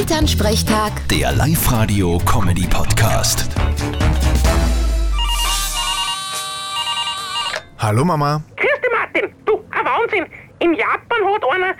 Elternsprechtag, Der Live-Radio-Comedy-Podcast. Hallo Mama. Grüß dich, Martin. Du, ein Wahnsinn. In Japan hat einer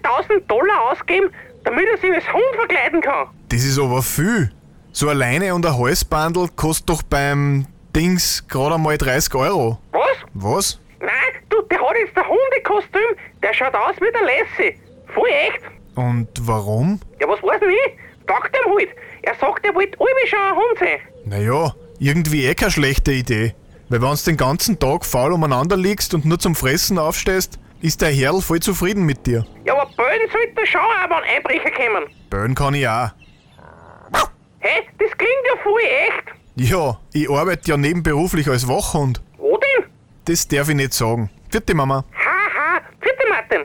14.000 Dollar ausgegeben, damit er sich als Hund verkleiden kann. Das ist aber viel. So eine Leine und ein Halsbandel kostet doch beim Dings gerade einmal 30 Euro. Was? Was? Nein, du, der hat jetzt ein Hundekostüm. Der schaut aus wie der Lassie. Voll echt. Und warum? Ja, was weiß denn ich? Taugt ihm halt. Er sagt, er wollte alle schon ein Hund sein. Naja, irgendwie eh keine schlechte Idee. Weil wenn du den ganzen Tag faul umeinander liegst und nur zum Fressen aufstehst, ist der Herrl voll zufrieden mit dir. Ja, aber Böden sollte er schon auch, wenn Einbrecher kommen. Böen kann ich auch. Hä? Das klingt ja voll echt. Ja, ich arbeite ja nebenberuflich als Wachhund. Wo denn? Das darf ich nicht sagen. Vierte Mama. Haha. Vierte Martin.